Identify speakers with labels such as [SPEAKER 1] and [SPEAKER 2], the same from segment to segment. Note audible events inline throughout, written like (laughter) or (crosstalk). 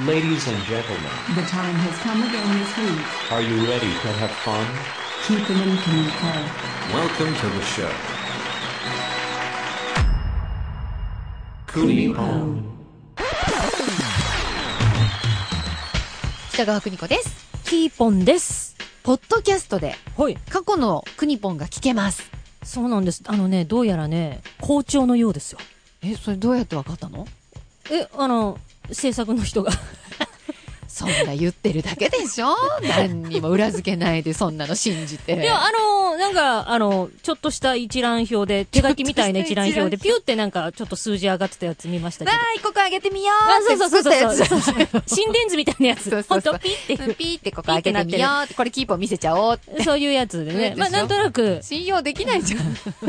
[SPEAKER 1] Ladies and gentlemen,
[SPEAKER 2] The time has come again this week.
[SPEAKER 1] are you ready to have fun?
[SPEAKER 2] Keep them in Kimiko.
[SPEAKER 3] Welcome to the show. Kuni on.
[SPEAKER 4] 北川邦子です。
[SPEAKER 5] キーポンです。
[SPEAKER 4] ポッドキャストで
[SPEAKER 5] はい。
[SPEAKER 4] 過去の邦ポンが聞けます。
[SPEAKER 5] そうなんです。あのね、どうやらね、校長のようですよ。
[SPEAKER 4] え、それどうやってわかったの
[SPEAKER 5] え、あの、制作の (laughs) 人が。
[SPEAKER 4] そんな言ってるだけでし (laughs) ょ何にも裏付けないでそんなの信じて。
[SPEAKER 5] いや、あの、なんか、あの、ちょっとした一覧表で、手書きみたいな一覧表で、
[SPEAKER 4] ち
[SPEAKER 5] ピューってなんか、ちょっと数字上がってたやつ見ましたけ
[SPEAKER 4] わ
[SPEAKER 5] ど。
[SPEAKER 4] あ、一刻上げてみよう
[SPEAKER 5] あ、そうそうそうそう
[SPEAKER 4] って作
[SPEAKER 5] そう
[SPEAKER 4] っ
[SPEAKER 5] そう。心電図みたいなやつ。
[SPEAKER 4] そう
[SPEAKER 5] ほ
[SPEAKER 4] そ
[SPEAKER 5] ん
[SPEAKER 4] うそう
[SPEAKER 5] と、ピッて
[SPEAKER 4] たやつ
[SPEAKER 5] い
[SPEAKER 4] ピーってここ上げてみようってこれキーポン見せちゃおうって。
[SPEAKER 5] う。そういうやつで
[SPEAKER 4] そうでし
[SPEAKER 5] ね。
[SPEAKER 4] ょ
[SPEAKER 5] まあ、なんとなく、
[SPEAKER 4] 信用できないじゃん。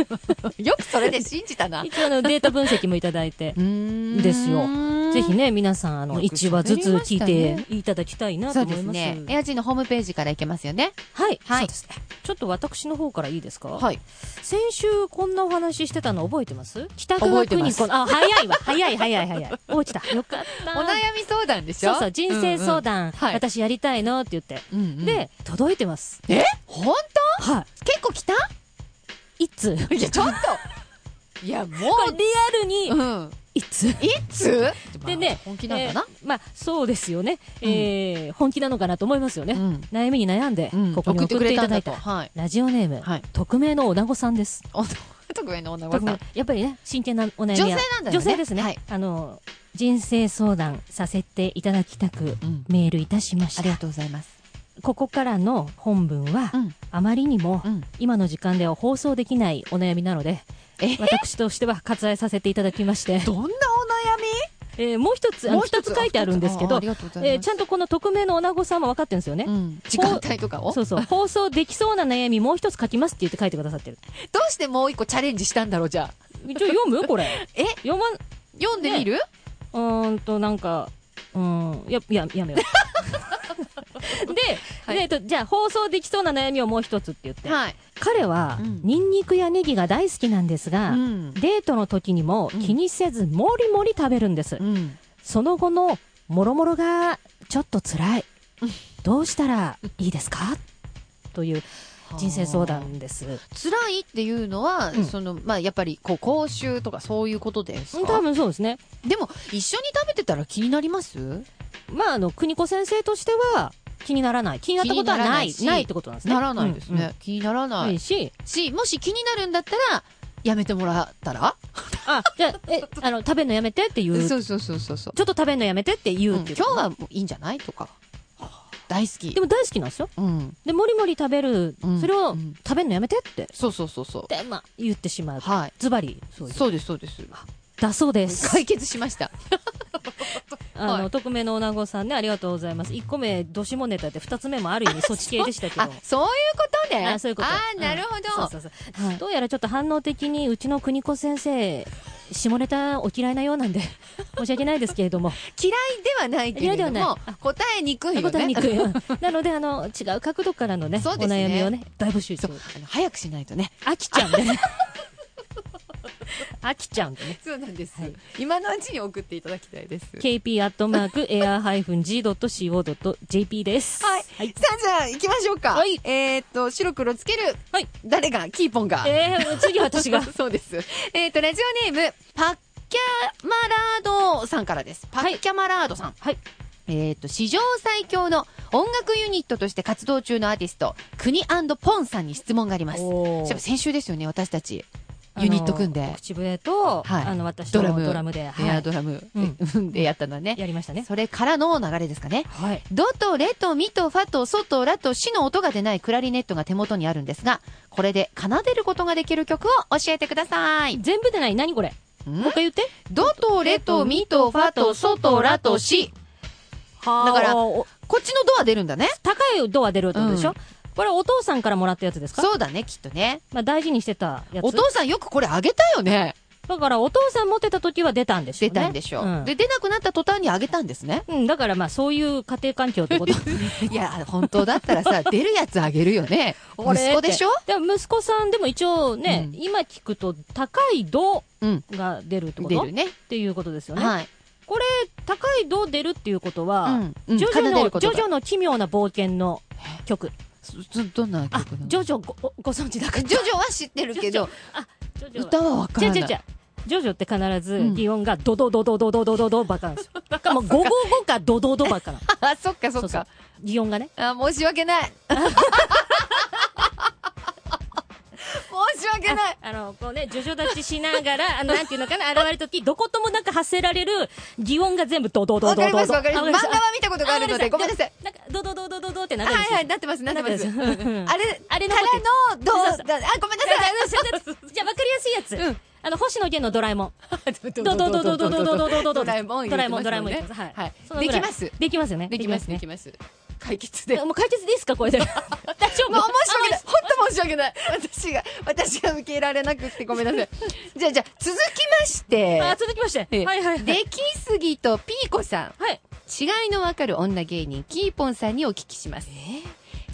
[SPEAKER 4] (laughs) よくそれで信じたな。
[SPEAKER 5] 一応あの、データ分析もいただいて。
[SPEAKER 4] ん
[SPEAKER 5] ですよ。ぜひ。ね、皆さん、あ
[SPEAKER 4] よ
[SPEAKER 5] の、
[SPEAKER 4] く
[SPEAKER 5] 1話ずつ聞い
[SPEAKER 4] 喋りま
[SPEAKER 5] ていただきたいなと
[SPEAKER 4] そう
[SPEAKER 5] 思
[SPEAKER 4] で
[SPEAKER 5] い
[SPEAKER 4] す
[SPEAKER 5] ます。
[SPEAKER 4] ね。エアジのホームページから行けますよね。
[SPEAKER 5] はい。
[SPEAKER 4] はい
[SPEAKER 5] そうですね。ちょっと私の方からいいですか
[SPEAKER 4] はい。
[SPEAKER 5] 先週こんなお話ししてたの覚えてます北
[SPEAKER 4] 覚
[SPEAKER 5] 川
[SPEAKER 4] えてま
[SPEAKER 5] 邦
[SPEAKER 4] す
[SPEAKER 5] 子の、あ、早いわ。早い早い
[SPEAKER 4] (laughs)
[SPEAKER 5] 早い。落ちた。よかった。
[SPEAKER 4] お悩み相談でしょ
[SPEAKER 5] そうそう、人生相。談、
[SPEAKER 4] はい
[SPEAKER 5] 私やりたいのって言って。
[SPEAKER 4] うんうん、で、
[SPEAKER 5] で、届いてます。
[SPEAKER 4] え本
[SPEAKER 5] は
[SPEAKER 4] 当結構来た
[SPEAKER 5] い。いつこ
[SPEAKER 4] (laughs) いや、ちょっと。いや、も
[SPEAKER 5] れリアルに
[SPEAKER 4] う。、うん。
[SPEAKER 5] いつ
[SPEAKER 4] いつ
[SPEAKER 5] でね、
[SPEAKER 4] 本気なんだな。
[SPEAKER 5] えーまあ、そうですよね。えー、本気なのかなと思いますよね。
[SPEAKER 4] うん
[SPEAKER 5] 悩みに悩んで、ここに送っていただいた。
[SPEAKER 4] はい。
[SPEAKER 5] ラジオネーム、
[SPEAKER 4] はい
[SPEAKER 5] 匿名のおなごさんです。
[SPEAKER 4] (laughs) お特命の女子
[SPEAKER 5] 特
[SPEAKER 4] さ
[SPEAKER 5] に
[SPEAKER 4] ん。
[SPEAKER 5] やっぱりね、真剣なお悩み
[SPEAKER 4] 女
[SPEAKER 5] は
[SPEAKER 4] 性なんだよね
[SPEAKER 5] 女性ですね。
[SPEAKER 4] はい
[SPEAKER 5] あの、人生相談させていただきたく
[SPEAKER 4] うん
[SPEAKER 5] メールいたしまし
[SPEAKER 4] あ
[SPEAKER 5] た。
[SPEAKER 4] りがとうございます。
[SPEAKER 5] ここからの本文は、
[SPEAKER 4] ん。
[SPEAKER 5] あまりにも、
[SPEAKER 4] うん。
[SPEAKER 5] 今の時間では放送できないお悩みなので、
[SPEAKER 4] え
[SPEAKER 5] 私としては割愛させていただきまして、
[SPEAKER 4] どんなお悩
[SPEAKER 5] えーもう一つ、
[SPEAKER 4] み
[SPEAKER 5] あの一つ書いてあるんですけ
[SPEAKER 4] あ
[SPEAKER 5] ど
[SPEAKER 4] あり、がとうございます。
[SPEAKER 5] えーちゃんとこの匿名のおなごさんも分かってるんですよね。
[SPEAKER 4] うん。時間帯とかを
[SPEAKER 5] そうそう。放送できそうな悩みもう一つ書きますって言って書いてくださってる。
[SPEAKER 4] どうしてもう一個チャレンジしたんだろう、じゃあ。
[SPEAKER 5] 一応読むこれ。
[SPEAKER 4] (laughs) え
[SPEAKER 5] 読まん、
[SPEAKER 4] 読んでみる、
[SPEAKER 5] うーんと、なんか、うーん、や、や、やめよ
[SPEAKER 4] (laughs)
[SPEAKER 5] う。で、
[SPEAKER 4] はい
[SPEAKER 5] でえっと、じゃあ放送できそうな悩みをもう一つって言って。
[SPEAKER 4] はい。
[SPEAKER 5] 彼は、
[SPEAKER 4] うん
[SPEAKER 5] ニンニクやネギが大好きなんですが、
[SPEAKER 4] うん
[SPEAKER 5] デートの時にも気にせず、もりもり食べるんです。
[SPEAKER 4] うん。
[SPEAKER 5] その後の、もろもろが、ちょっと辛い。どうしたらいいですかという人生相談です。
[SPEAKER 4] 辛いっていうのは、
[SPEAKER 5] うん
[SPEAKER 4] その、まあ、やっぱり、こう、口臭とかそういうことですか
[SPEAKER 5] 多分そうですね。
[SPEAKER 4] でも、一緒に食べてたら気になります
[SPEAKER 5] まあ、あの、国子先生としては、気にならない。気になったことはない。
[SPEAKER 4] 気にならない
[SPEAKER 5] ない
[SPEAKER 4] し
[SPEAKER 5] ってことなんですね。
[SPEAKER 4] ならないです
[SPEAKER 5] うんう
[SPEAKER 4] ね。気になら
[SPEAKER 5] ん
[SPEAKER 4] ないい
[SPEAKER 5] いし、
[SPEAKER 4] し、もし気になるんだったら、やめてもらったら
[SPEAKER 5] あ、じゃあ、え、あの、食べるのやめてって言う。ちょっ
[SPEAKER 4] うそうそうそうそう。
[SPEAKER 5] と食べるのやめてって言
[SPEAKER 4] うん
[SPEAKER 5] うっ
[SPEAKER 4] 今
[SPEAKER 5] ていう
[SPEAKER 4] 日
[SPEAKER 5] こと。
[SPEAKER 4] はもういいんじゃないとか。大好き
[SPEAKER 5] で。も大好きなんですよ。
[SPEAKER 4] うん。
[SPEAKER 5] で、もりもり食べる
[SPEAKER 4] うん。
[SPEAKER 5] それ
[SPEAKER 4] う
[SPEAKER 5] を
[SPEAKER 4] ん
[SPEAKER 5] 食べるのやめてって、
[SPEAKER 4] そうそうそうそう。
[SPEAKER 5] で、まあ、言ってしまう。
[SPEAKER 4] はい。
[SPEAKER 5] ズバリ、そうです。
[SPEAKER 4] そうです、そうです。
[SPEAKER 5] だそうで
[SPEAKER 4] (laughs)
[SPEAKER 5] す。
[SPEAKER 4] 解決しました。
[SPEAKER 5] あ
[SPEAKER 4] は
[SPEAKER 5] の、匿名のおなごさんね、ありがとうございます。1個目、どしもネタで、2つ目もある意味、そっち系でしたけ
[SPEAKER 4] あ
[SPEAKER 5] ど。、
[SPEAKER 4] そういうことね。
[SPEAKER 5] あそういうこと。
[SPEAKER 4] あー、なるほ
[SPEAKER 5] うん
[SPEAKER 4] ど。
[SPEAKER 5] そうそうそうどうやらちょっと反応的に、うちの国子先生、下ネタお嫌いなようなんで、申し訳ないですけれども。
[SPEAKER 4] 嫌いではないけれど
[SPEAKER 5] 嫌いでは
[SPEAKER 4] も
[SPEAKER 5] ないあ、
[SPEAKER 4] 答えにくいよね。
[SPEAKER 5] 答えに
[SPEAKER 4] (laughs)
[SPEAKER 5] くい。うんなので、あの、違う角度からのね、
[SPEAKER 4] そうですね
[SPEAKER 5] お悩みをね、大募集
[SPEAKER 4] そ
[SPEAKER 5] 中
[SPEAKER 4] う。あの早くしないとね。
[SPEAKER 5] 飽きちゃうんでね。 (laughs) 飽きちゃうんでね。
[SPEAKER 4] そうなんです
[SPEAKER 5] はい
[SPEAKER 4] 今のうちに送っていただきたいです。
[SPEAKER 5] kp.air-g.co.jp です。
[SPEAKER 4] はい。さあ、じゃあ、行きましょうか。
[SPEAKER 5] はい
[SPEAKER 4] えーっと、白黒つける。
[SPEAKER 5] はい
[SPEAKER 4] 誰がキーポンが。。
[SPEAKER 5] えー、次私
[SPEAKER 4] (laughs)
[SPEAKER 5] が
[SPEAKER 4] そうです。えーっと、ラジオネーム、パッキャマラードさんからです。パ
[SPEAKER 5] はい
[SPEAKER 4] ッキャマラードさん。
[SPEAKER 5] はい。
[SPEAKER 4] えーっと、史上最強の音楽ユニットとして活動中のアーティスト、クニポンさんに質問があります。そう
[SPEAKER 5] おー
[SPEAKER 4] いえば先週ですよね、私たち。
[SPEAKER 5] あの
[SPEAKER 4] ユニット組んで。
[SPEAKER 5] 口笛と、
[SPEAKER 4] はい
[SPEAKER 5] あの、私
[SPEAKER 4] ド
[SPEAKER 5] と
[SPEAKER 4] ラム
[SPEAKER 5] ドラムで、
[SPEAKER 4] エ
[SPEAKER 5] は
[SPEAKER 4] ア
[SPEAKER 5] い
[SPEAKER 4] ドラム
[SPEAKER 5] うん
[SPEAKER 4] うん (laughs) でやったんだね。
[SPEAKER 5] やりましたね。
[SPEAKER 4] それからの流れですかね。
[SPEAKER 5] はい。
[SPEAKER 4] ドとレとミとファとソとラとシの音が出ないクラリネットが手元にあるんですが、これで奏でることができる曲を教えてください。ん
[SPEAKER 5] 全部でない何これもう一回言って。
[SPEAKER 4] ドとレとミとファとソとラとシ。ー
[SPEAKER 5] だから、お
[SPEAKER 4] こっちのドは出るんだね。
[SPEAKER 5] 高いドア出るってことでしょ、
[SPEAKER 4] うん
[SPEAKER 5] これお父さんからもらったやつですか
[SPEAKER 4] そうだね、きっとね。
[SPEAKER 5] まあ大事にしてたやつ。
[SPEAKER 4] お父さんよくこれあげたよね。
[SPEAKER 5] だからお父さん持ってた時は出たんでしょ
[SPEAKER 4] 出
[SPEAKER 5] うね。
[SPEAKER 4] たんでしょ
[SPEAKER 5] うん、
[SPEAKER 4] で、出なくなった途端にあげたんです
[SPEAKER 5] (laughs)
[SPEAKER 4] ね。
[SPEAKER 5] うん、だからまあそういう家庭環境ってこと。
[SPEAKER 4] いや、本当だったらさ、出るやつあげるよ
[SPEAKER 5] (laughs)
[SPEAKER 4] ね。
[SPEAKER 5] これっ
[SPEAKER 4] (laughs)
[SPEAKER 5] て
[SPEAKER 4] 息子でしょ
[SPEAKER 5] でも息子さんでも一応ね、
[SPEAKER 4] う
[SPEAKER 5] 今聞くと高い度
[SPEAKER 4] うん。
[SPEAKER 5] が出るってこ
[SPEAKER 4] 出
[SPEAKER 5] と
[SPEAKER 4] るね。
[SPEAKER 5] っていうことですよね。
[SPEAKER 4] はい。
[SPEAKER 5] これ、高態度を出るっていうことは、
[SPEAKER 4] うんうん
[SPEAKER 5] ジョジョ
[SPEAKER 4] 奏でる
[SPEAKER 5] の、
[SPEAKER 4] こ
[SPEAKER 5] ジ
[SPEAKER 4] と
[SPEAKER 5] ョ
[SPEAKER 4] が
[SPEAKER 5] ジョの奇妙な冒険の曲。
[SPEAKER 4] ずずどんな
[SPEAKER 5] あ
[SPEAKER 4] 曲な、の
[SPEAKER 5] ジョジョご、ご存知だか
[SPEAKER 4] ジョ
[SPEAKER 5] ら。
[SPEAKER 4] ジョは知ってるけど、
[SPEAKER 5] あ、ジョジョは。
[SPEAKER 4] 歌はわか
[SPEAKER 5] じ
[SPEAKER 4] らな
[SPEAKER 5] ゃじ
[SPEAKER 4] い
[SPEAKER 5] ゃ。じゃジョジョって必ず、
[SPEAKER 4] うん
[SPEAKER 5] 擬音がドドドドドドドドドバカなんです
[SPEAKER 4] (laughs)
[SPEAKER 5] よ。だからもう555かドドドバカなの。
[SPEAKER 4] あ、 (laughs) そっかそっ
[SPEAKER 5] そうそう
[SPEAKER 4] か。。
[SPEAKER 5] 擬音がね。
[SPEAKER 4] あ、申し訳ない。申し訳ない。
[SPEAKER 5] あの、こうね、ジョジョ立ちしながら、あの、なんていうのかな、現れるとき、どこともなんか発せられる擬音が全部ドド
[SPEAKER 4] わ
[SPEAKER 5] ドドド
[SPEAKER 4] か
[SPEAKER 5] ド。
[SPEAKER 4] りますわかり
[SPEAKER 5] あ
[SPEAKER 4] ます。漫画は見たことがあるので、
[SPEAKER 5] あ
[SPEAKER 4] ごめんなさい。
[SPEAKER 5] なんか、ドドドドドドってなる
[SPEAKER 4] はい
[SPEAKER 5] んですよ。
[SPEAKER 4] はい、なってます、なってます。
[SPEAKER 5] な
[SPEAKER 4] う
[SPEAKER 5] っ
[SPEAKER 4] ん
[SPEAKER 5] てますうん
[SPEAKER 4] あれ、
[SPEAKER 5] あれの
[SPEAKER 4] か
[SPEAKER 5] こと
[SPEAKER 4] らの、ど
[SPEAKER 5] そう
[SPEAKER 4] う
[SPEAKER 5] そう
[SPEAKER 4] だ、あ、ごめんな
[SPEAKER 5] じゃあ
[SPEAKER 4] さい。
[SPEAKER 5] じゃあ、わかりやすいやつ。
[SPEAKER 4] うん
[SPEAKER 5] あの、星野源のドラえもん。ドドドドドドドドドドド
[SPEAKER 4] ドラえもん
[SPEAKER 5] ド
[SPEAKER 4] 言
[SPEAKER 5] ラ
[SPEAKER 4] っ
[SPEAKER 5] え
[SPEAKER 4] てますもんね
[SPEAKER 5] もん、ドラえもん言ってます。はい。
[SPEAKER 4] はい
[SPEAKER 5] そのぐらい
[SPEAKER 4] できます
[SPEAKER 5] できますよね。
[SPEAKER 4] できます、でき
[SPEAKER 5] ね。
[SPEAKER 4] ます。解決で。
[SPEAKER 5] え
[SPEAKER 4] も
[SPEAKER 5] もう解決ですか、これで。大丈
[SPEAKER 4] う
[SPEAKER 5] 夫
[SPEAKER 4] 申し訳ない。本当申し訳ない。私が、私が受け入れられなくてごめんなさい。じゃあ、じゃあ、続きまして。
[SPEAKER 5] あ、続きまして。
[SPEAKER 4] ええ
[SPEAKER 5] はいはいはい。
[SPEAKER 4] できすぎとピーコさん。
[SPEAKER 5] はい。
[SPEAKER 4] 違いのわかる女芸人、キーポンさんにお聞きします。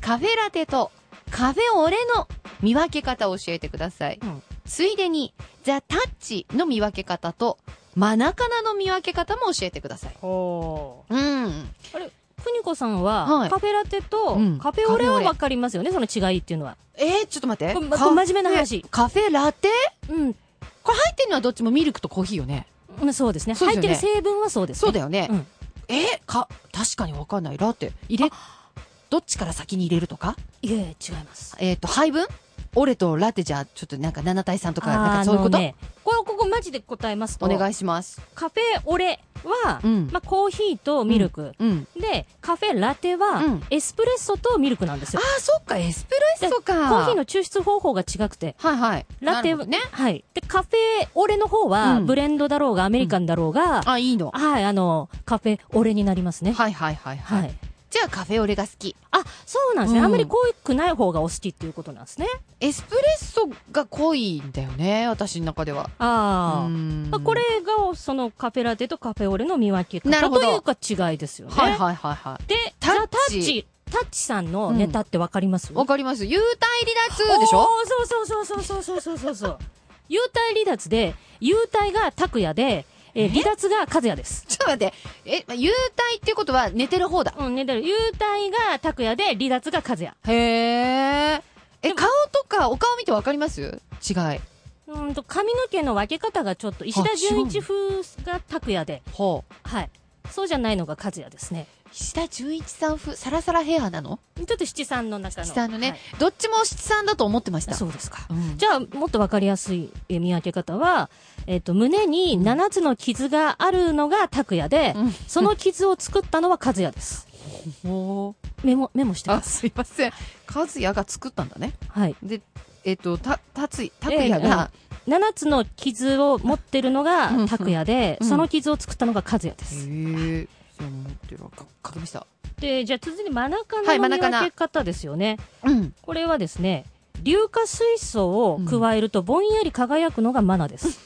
[SPEAKER 4] カフェラテとカフェオレの見分け方を教えてください。
[SPEAKER 5] うん
[SPEAKER 4] ついでに、ザ・タッチの見分け方と、マナカナの見分け方も教えてください。
[SPEAKER 5] ほ
[SPEAKER 4] うん。
[SPEAKER 5] う。あれ、邦子さんは、
[SPEAKER 4] はい
[SPEAKER 5] カフェラテと、
[SPEAKER 4] うん
[SPEAKER 5] カフェオレは
[SPEAKER 4] カフェオレ
[SPEAKER 5] わかりますよね、その違いっていうのは。
[SPEAKER 4] えー、ちょっと待って。
[SPEAKER 5] これ
[SPEAKER 4] カ
[SPEAKER 5] これ真面目な話
[SPEAKER 4] カフェラテ
[SPEAKER 5] うん
[SPEAKER 4] これ入ってるのはどっちもミルクとコーヒーよね。
[SPEAKER 5] うん。そうですね。
[SPEAKER 4] そうで
[SPEAKER 5] 入
[SPEAKER 4] す
[SPEAKER 5] っ
[SPEAKER 4] よ
[SPEAKER 5] て
[SPEAKER 4] ね
[SPEAKER 5] る成分はそうですね。
[SPEAKER 4] そうだよね。
[SPEAKER 5] うん
[SPEAKER 4] えーか、確かにわかんない。ラテ。入れ、どっちから先に入れるとか
[SPEAKER 5] いえいえ、違います。
[SPEAKER 4] えっ、と、配分俺とラテじゃ、ちょっとなんか7対3とか、なんかそういうこと、
[SPEAKER 5] あのねこれ、ここマジで答えますと、
[SPEAKER 4] お願いします。
[SPEAKER 5] カフェオレは、
[SPEAKER 4] うん
[SPEAKER 5] まあ、コーヒーとミルク。
[SPEAKER 4] うん。
[SPEAKER 5] で、カフェラテは、
[SPEAKER 4] うん
[SPEAKER 5] エスプレッソとミルクなんです
[SPEAKER 4] あ
[SPEAKER 5] よ。
[SPEAKER 4] あ、そっか、エスプレッソか。
[SPEAKER 5] コーヒーの抽出方法が違くて。
[SPEAKER 4] はいはい。
[SPEAKER 5] ラ
[SPEAKER 4] な
[SPEAKER 5] テ
[SPEAKER 4] るほどね。
[SPEAKER 5] はい。で、カフェオレの方
[SPEAKER 4] う
[SPEAKER 5] は、
[SPEAKER 4] ん
[SPEAKER 5] ブレンドだろうが、アメリカンだろうが、
[SPEAKER 4] あ、いいの。
[SPEAKER 5] はい、あの、カフェオレになりますね。
[SPEAKER 4] はいはいはいはい。
[SPEAKER 5] はい。
[SPEAKER 4] じゃあ、カフェオレが好き。
[SPEAKER 5] あ、そうなんですね。
[SPEAKER 4] うん
[SPEAKER 5] あんまり濃くない方がお好きっていうことなんですね。
[SPEAKER 4] エスプレッソが濃いんだよね、私の中では。
[SPEAKER 5] あ
[SPEAKER 4] うー
[SPEAKER 5] あ。
[SPEAKER 4] ん
[SPEAKER 5] まあこれが、そのカフェラテとカフェオレの見分け
[SPEAKER 4] な
[SPEAKER 5] 方
[SPEAKER 4] るほ
[SPEAKER 5] とい
[SPEAKER 4] ど
[SPEAKER 5] うか違いですよね。
[SPEAKER 4] はいはいはいは
[SPEAKER 5] で、
[SPEAKER 4] タッチ
[SPEAKER 5] ザタッチ、タッチさんのネタってわかります、
[SPEAKER 4] い。わかります。幽体離脱でしょ
[SPEAKER 5] おーそうそうそうそうそうそうそうそう。幽体離脱で、幽体が拓也で、えー離脱が和也です。
[SPEAKER 4] ちょっと待って。え、まあ幽体っていうことは寝てる方だ。
[SPEAKER 5] うん、ね、だから幽体が拓也で、離脱が和也。
[SPEAKER 4] へえ。え、
[SPEAKER 5] でも
[SPEAKER 4] 顔とか、お顔見てわかります違い。
[SPEAKER 5] うんと、髪の毛の分け方がちょっと、石田純一風が拓也で、
[SPEAKER 4] ほう。
[SPEAKER 5] はい。そうじゃないのが和也ですね。
[SPEAKER 4] 石田純一さん風、サラサラヘアなの
[SPEAKER 5] ちょっと七三の中の。
[SPEAKER 4] 七三のね、
[SPEAKER 5] はい
[SPEAKER 4] どっちも七三だと思ってました。
[SPEAKER 5] そうですか。
[SPEAKER 4] うん
[SPEAKER 5] じゃあ、もっとわかりやすいえー見分け方は、えっ、と、胸に7つの傷があるのが拓也で、
[SPEAKER 4] うん
[SPEAKER 5] その傷を作ったのは和
[SPEAKER 4] (laughs)
[SPEAKER 5] 也です。
[SPEAKER 4] ほう
[SPEAKER 5] メモ、メモしてま
[SPEAKER 4] あ、(laughs)
[SPEAKER 5] す。
[SPEAKER 4] すいません。和也が作ったんだね。
[SPEAKER 5] はい。
[SPEAKER 4] で、えっ、と、た、たつい、たくやが、
[SPEAKER 5] 7つの傷を持ってるの
[SPEAKER 4] う
[SPEAKER 5] が
[SPEAKER 4] ん
[SPEAKER 5] 拓也で、
[SPEAKER 4] うん
[SPEAKER 5] その傷を作ったのが和也で
[SPEAKER 4] へ
[SPEAKER 5] す。
[SPEAKER 4] え、そう思ってるわ。か、かけました。
[SPEAKER 5] で、じゃあ続いて真中
[SPEAKER 4] は
[SPEAKER 5] の
[SPEAKER 4] い
[SPEAKER 5] 見
[SPEAKER 4] マナカ
[SPEAKER 5] 分
[SPEAKER 4] ナ
[SPEAKER 5] け方ですよね。
[SPEAKER 4] うん。
[SPEAKER 5] これはですね、硫化水素を加えるとぼんやり輝くのがマナです。
[SPEAKER 4] (laughs)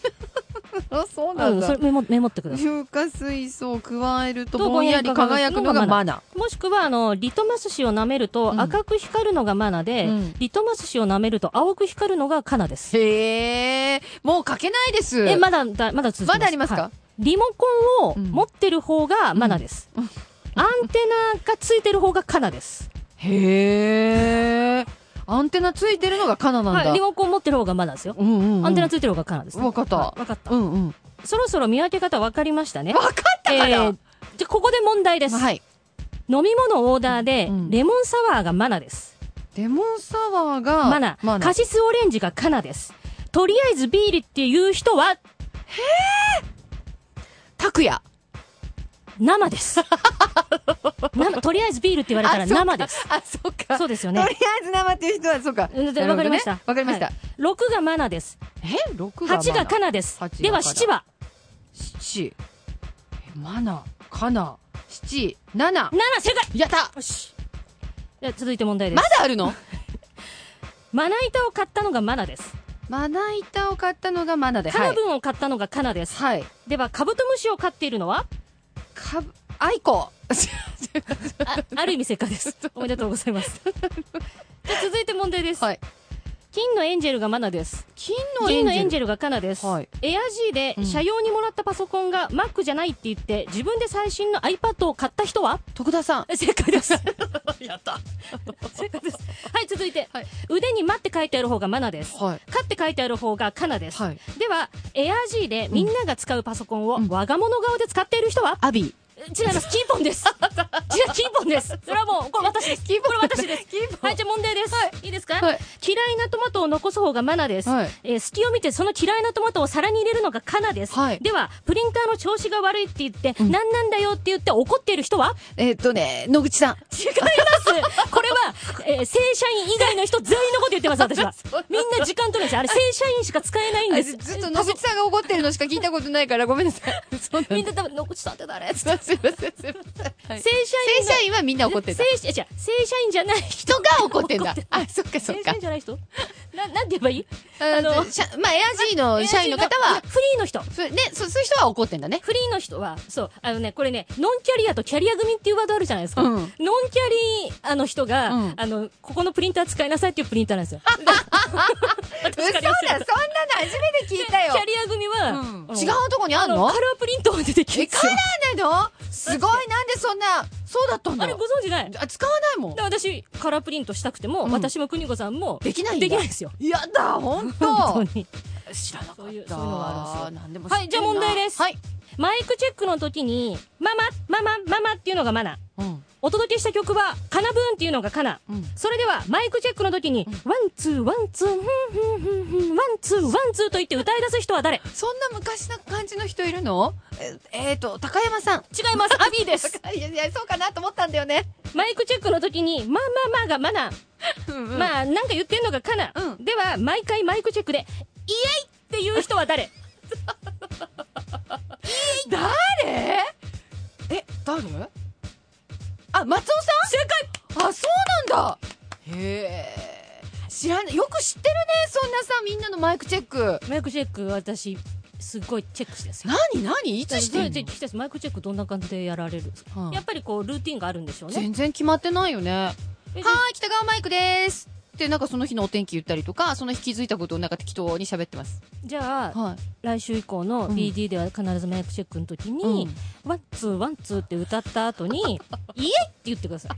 [SPEAKER 4] あ、そう
[SPEAKER 5] うん、それ。メモ、メモってください。
[SPEAKER 4] 硫化水素を加えると
[SPEAKER 5] と
[SPEAKER 4] ぼんやり
[SPEAKER 5] ぼんや
[SPEAKER 4] 輝く
[SPEAKER 5] り輝くの
[SPEAKER 4] の
[SPEAKER 5] が
[SPEAKER 4] が
[SPEAKER 5] マ
[SPEAKER 4] マナ。
[SPEAKER 5] もしくは、あの、リトマス紙を舐めると
[SPEAKER 4] うん
[SPEAKER 5] 赤く光るのがマナで、
[SPEAKER 4] うん
[SPEAKER 5] リトマス紙を舐めると青く光るのがカナです。
[SPEAKER 4] へえ、もうかけないです。
[SPEAKER 5] え、まだ、だまだ続きま
[SPEAKER 4] ま
[SPEAKER 5] す。
[SPEAKER 4] だありますか
[SPEAKER 5] はいリモコンを持ってる方がマナです。アンテナがついてる方がカナです。
[SPEAKER 4] へえ、アンテナついてるのがカナなん
[SPEAKER 5] はい、
[SPEAKER 4] だ
[SPEAKER 5] リ。モコン持ってる方がマナですよ。
[SPEAKER 4] うんうんうん。
[SPEAKER 5] アンテナついてる方がカナですね。
[SPEAKER 4] わかった
[SPEAKER 5] はいわかった
[SPEAKER 4] う。んうん。
[SPEAKER 5] そろそろ見分け方わかりましたね。
[SPEAKER 4] わかったか
[SPEAKER 5] え
[SPEAKER 4] な
[SPEAKER 5] ーじゃ、ここで問題です。
[SPEAKER 4] はい。
[SPEAKER 5] 飲み物オーダーで、
[SPEAKER 4] うん
[SPEAKER 5] レモンサワーがマナです。
[SPEAKER 4] レモンサワーが、
[SPEAKER 5] マナ。カシスオレンジがカナです。とりあえずビールっていう人は、
[SPEAKER 4] タクヤ。(laughs)
[SPEAKER 5] 生です。生、とりあえずビールって言われたら
[SPEAKER 4] あそうか
[SPEAKER 5] 生です。
[SPEAKER 4] あ、そっか。
[SPEAKER 5] そう
[SPEAKER 4] で
[SPEAKER 5] ですよ
[SPEAKER 4] す
[SPEAKER 5] ね
[SPEAKER 4] と。りあえず生っていう人は、そうか。
[SPEAKER 5] うん
[SPEAKER 4] な
[SPEAKER 5] で
[SPEAKER 4] る
[SPEAKER 5] わ
[SPEAKER 4] ほどね
[SPEAKER 5] かりました。
[SPEAKER 4] わかりました
[SPEAKER 5] はい。6がマナです。
[SPEAKER 4] え ?6 がマナ。
[SPEAKER 5] 8がカナです。
[SPEAKER 4] 八
[SPEAKER 5] で
[SPEAKER 4] が
[SPEAKER 5] は
[SPEAKER 4] カナ
[SPEAKER 5] 7は
[SPEAKER 4] 7。えマナ、カナ、7、7。
[SPEAKER 5] ?7 正解
[SPEAKER 4] やった
[SPEAKER 5] よし。じゃあ続いて問題で。
[SPEAKER 4] ますだあるの
[SPEAKER 5] まな板を買ったのがマナです。
[SPEAKER 4] まな板を買ったのがマナで。
[SPEAKER 5] カ
[SPEAKER 4] は
[SPEAKER 5] ナ
[SPEAKER 4] い。
[SPEAKER 5] ブンを買ったのがカナです。
[SPEAKER 4] はい。
[SPEAKER 5] では、カブトムシを飼っているのは
[SPEAKER 4] かぶ、アイコ。 (laughs)
[SPEAKER 5] あある意味正解です。おめでとうございます。じゃあ続いて問題です。
[SPEAKER 4] はい。
[SPEAKER 5] キ金のエンジェルがマナです。
[SPEAKER 4] 金
[SPEAKER 5] 金のエンジ
[SPEAKER 4] ェ
[SPEAKER 5] ェルがカナです。
[SPEAKER 4] はい
[SPEAKER 5] エア G で
[SPEAKER 4] うん
[SPEAKER 5] 社用にもらったパソコンが Mac じゃないって言って、自分で最新の iPad を買った
[SPEAKER 4] (laughs)
[SPEAKER 5] 人は
[SPEAKER 4] ル。徳田さん。
[SPEAKER 5] 正解 (laughs) です。
[SPEAKER 4] や (laughs) った。
[SPEAKER 5] 正解です。はい、続いて。
[SPEAKER 4] はい
[SPEAKER 5] 腕に「マ」って書いてある方がマナです。
[SPEAKER 4] はい。
[SPEAKER 5] 「カ」って書いてある方がカナです。
[SPEAKER 4] はい。
[SPEAKER 5] では、エアー G でみんなが使うパソコンを、
[SPEAKER 4] うん
[SPEAKER 5] 我が物顔で使っている人は、
[SPEAKER 4] アビー。
[SPEAKER 5] 違います。キーポンです。違う、キーポンです。それはもう、これ私です。これ私です。はい、じゃあ問題です。い、いですか、
[SPEAKER 4] はい
[SPEAKER 5] 嫌いなトマトを残す方がマナです。
[SPEAKER 4] はい
[SPEAKER 5] えー隙を見てその嫌いなトマトを皿に入れるのがカナです。
[SPEAKER 4] はい
[SPEAKER 5] では、プリンターの調子が悪いって言って、
[SPEAKER 4] ん
[SPEAKER 5] 何なんだよって言って怒っている人は
[SPEAKER 4] えーっとね、野口さん。
[SPEAKER 5] 違います。これは、えー正社員以外の人全員のこと言ってます、私は。みんな時間取るんですよ。あれ、正社員しか使えないんです。
[SPEAKER 4] ずっと野口さんが怒ってるのしか聞いたことないから、ごめんなさい。 (laughs) そうなん
[SPEAKER 5] みん
[SPEAKER 4] だ。
[SPEAKER 5] な多分、野口さんって誰
[SPEAKER 4] すいません、すいません、すいません。はい
[SPEAKER 5] 正社員
[SPEAKER 4] (laughs) 正
[SPEAKER 5] の
[SPEAKER 4] 社員はみんな怒ってた。
[SPEAKER 5] 正社いや違う正社員じゃない人
[SPEAKER 4] 人が怒ってんだ。あ、そっかそっ
[SPEAKER 5] 正社
[SPEAKER 4] か
[SPEAKER 5] 員。じゃない人ななんて言えばいい
[SPEAKER 4] あの、
[SPEAKER 5] あの
[SPEAKER 4] 社まあ、エアジーの社員の方
[SPEAKER 5] いや
[SPEAKER 4] は、
[SPEAKER 5] フリーの人
[SPEAKER 4] ふね、そそういう人は怒ってんだね。
[SPEAKER 5] フリーの人はそうあのねこれねノンキャリアとキャリア組っていうワードあるじゃないですか、
[SPEAKER 4] うん
[SPEAKER 5] ノンキャリアの人が、
[SPEAKER 4] うん
[SPEAKER 5] あのここのプリンター使いなさいっていうプリンターなんですよ
[SPEAKER 4] 嘘だ、そんなの初めて聞いた
[SPEAKER 5] キャリア組は、あの
[SPEAKER 4] 違うとこにあ
[SPEAKER 5] あ
[SPEAKER 4] るの
[SPEAKER 5] のカラープリントも出てきて
[SPEAKER 4] え、カラーなのすごい、なんでそんな、そうだったん
[SPEAKER 5] あ
[SPEAKER 4] だ
[SPEAKER 5] れご
[SPEAKER 4] よ。
[SPEAKER 5] 存知ない
[SPEAKER 4] あ使わないもん
[SPEAKER 5] で。私カラープリントしたくても、
[SPEAKER 4] うん
[SPEAKER 5] 私も邦子さんも
[SPEAKER 4] できないんだ
[SPEAKER 5] できないですよ
[SPEAKER 4] やだ、ほん (laughs) と
[SPEAKER 5] 本。当に
[SPEAKER 4] 知らなかった。
[SPEAKER 5] そういうそういうのがあるんですよ
[SPEAKER 4] なんでも知って
[SPEAKER 5] は
[SPEAKER 4] る
[SPEAKER 5] い、
[SPEAKER 4] な
[SPEAKER 5] じゃあ問題です。
[SPEAKER 4] はい。。
[SPEAKER 5] マイクチェックの時に、ママ、ママ、ママっていうのがマナ。
[SPEAKER 4] うん。
[SPEAKER 5] お届けした曲は、カナブーンっていうのがカナ。
[SPEAKER 4] うん
[SPEAKER 5] それでは、マイクチェックの時に、ワン、ツー、ワン、ツー、ふんふんふんふん、ワン、ツー、ワン、ツーと言って歌い出す人は誰違
[SPEAKER 4] そんな昔な感じの人いるのえっ、えー、と、高山さん。
[SPEAKER 5] います、 (laughs) アビーです。
[SPEAKER 4] いやいや、そうかなと思ったんだよね。
[SPEAKER 5] マイクチェックの時に、まあまあまあがマナ。
[SPEAKER 4] うんまあ、
[SPEAKER 5] まあ、なんか言ってんのがカナ。
[SPEAKER 4] うん
[SPEAKER 5] では、毎回マイクチェックで、イエイっていう人は誰
[SPEAKER 4] 誰え、誰あ、松尾さん正解あ、そうなんだへえ。知らない。よく知ってるね。そんなさ、みんなのマイクチェック。
[SPEAKER 5] マイクチェック、私、すっごいチェックしてるんですよ。
[SPEAKER 4] 何何いつしてん
[SPEAKER 5] で聞
[SPEAKER 4] の
[SPEAKER 5] きたいですマイクチェックどんな感じでやられるんですか、
[SPEAKER 4] うん
[SPEAKER 5] やっぱりこうルーティンがあるんでしょうね
[SPEAKER 4] 全然決まってないよね。
[SPEAKER 5] え
[SPEAKER 4] はーい、北川マイクです。って、なんかその日のお天気言ったりとか、その日気づいたことをなんか適当に喋ってます。
[SPEAKER 5] じゃあ
[SPEAKER 4] は
[SPEAKER 5] 来週以降の
[SPEAKER 4] うん
[SPEAKER 5] BD では必ずマイクチェックの時
[SPEAKER 4] い。
[SPEAKER 5] に、ワンツーワンツーって歌った
[SPEAKER 4] (laughs)
[SPEAKER 5] 後にイエイって言ってください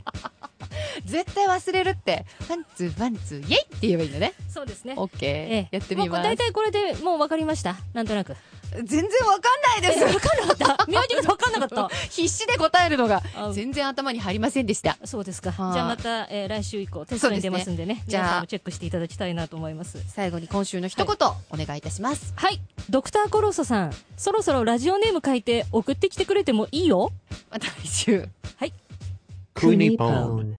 [SPEAKER 4] 絶対忘れるって。ワンツー、ワンツー、イェイって言えばいいんだね。
[SPEAKER 5] そうですね
[SPEAKER 4] オッケー。やってみ
[SPEAKER 5] もう
[SPEAKER 4] ます。
[SPEAKER 5] 大体これでもう分かりましたなんと
[SPEAKER 4] (laughs)
[SPEAKER 5] なく
[SPEAKER 4] 全然わかんないです。
[SPEAKER 5] 分かんなかった名字が分かんなかっ
[SPEAKER 4] (laughs) 必死で答えるのが
[SPEAKER 5] あ
[SPEAKER 4] 全然頭に入りませんでした。
[SPEAKER 5] たそうですか
[SPEAKER 4] はい
[SPEAKER 5] じゃあまた、えー来週以降テストに出ますんでね
[SPEAKER 4] じゃあ
[SPEAKER 5] 皆さんもチェックしていただきたいなと思います
[SPEAKER 4] 最後に今週の一言、お願いいたします。
[SPEAKER 5] はいドクターコロッソさんそろそろラジオネーム書いて送ってきてくれてもいいよ
[SPEAKER 4] また来週。
[SPEAKER 1] Kunipone.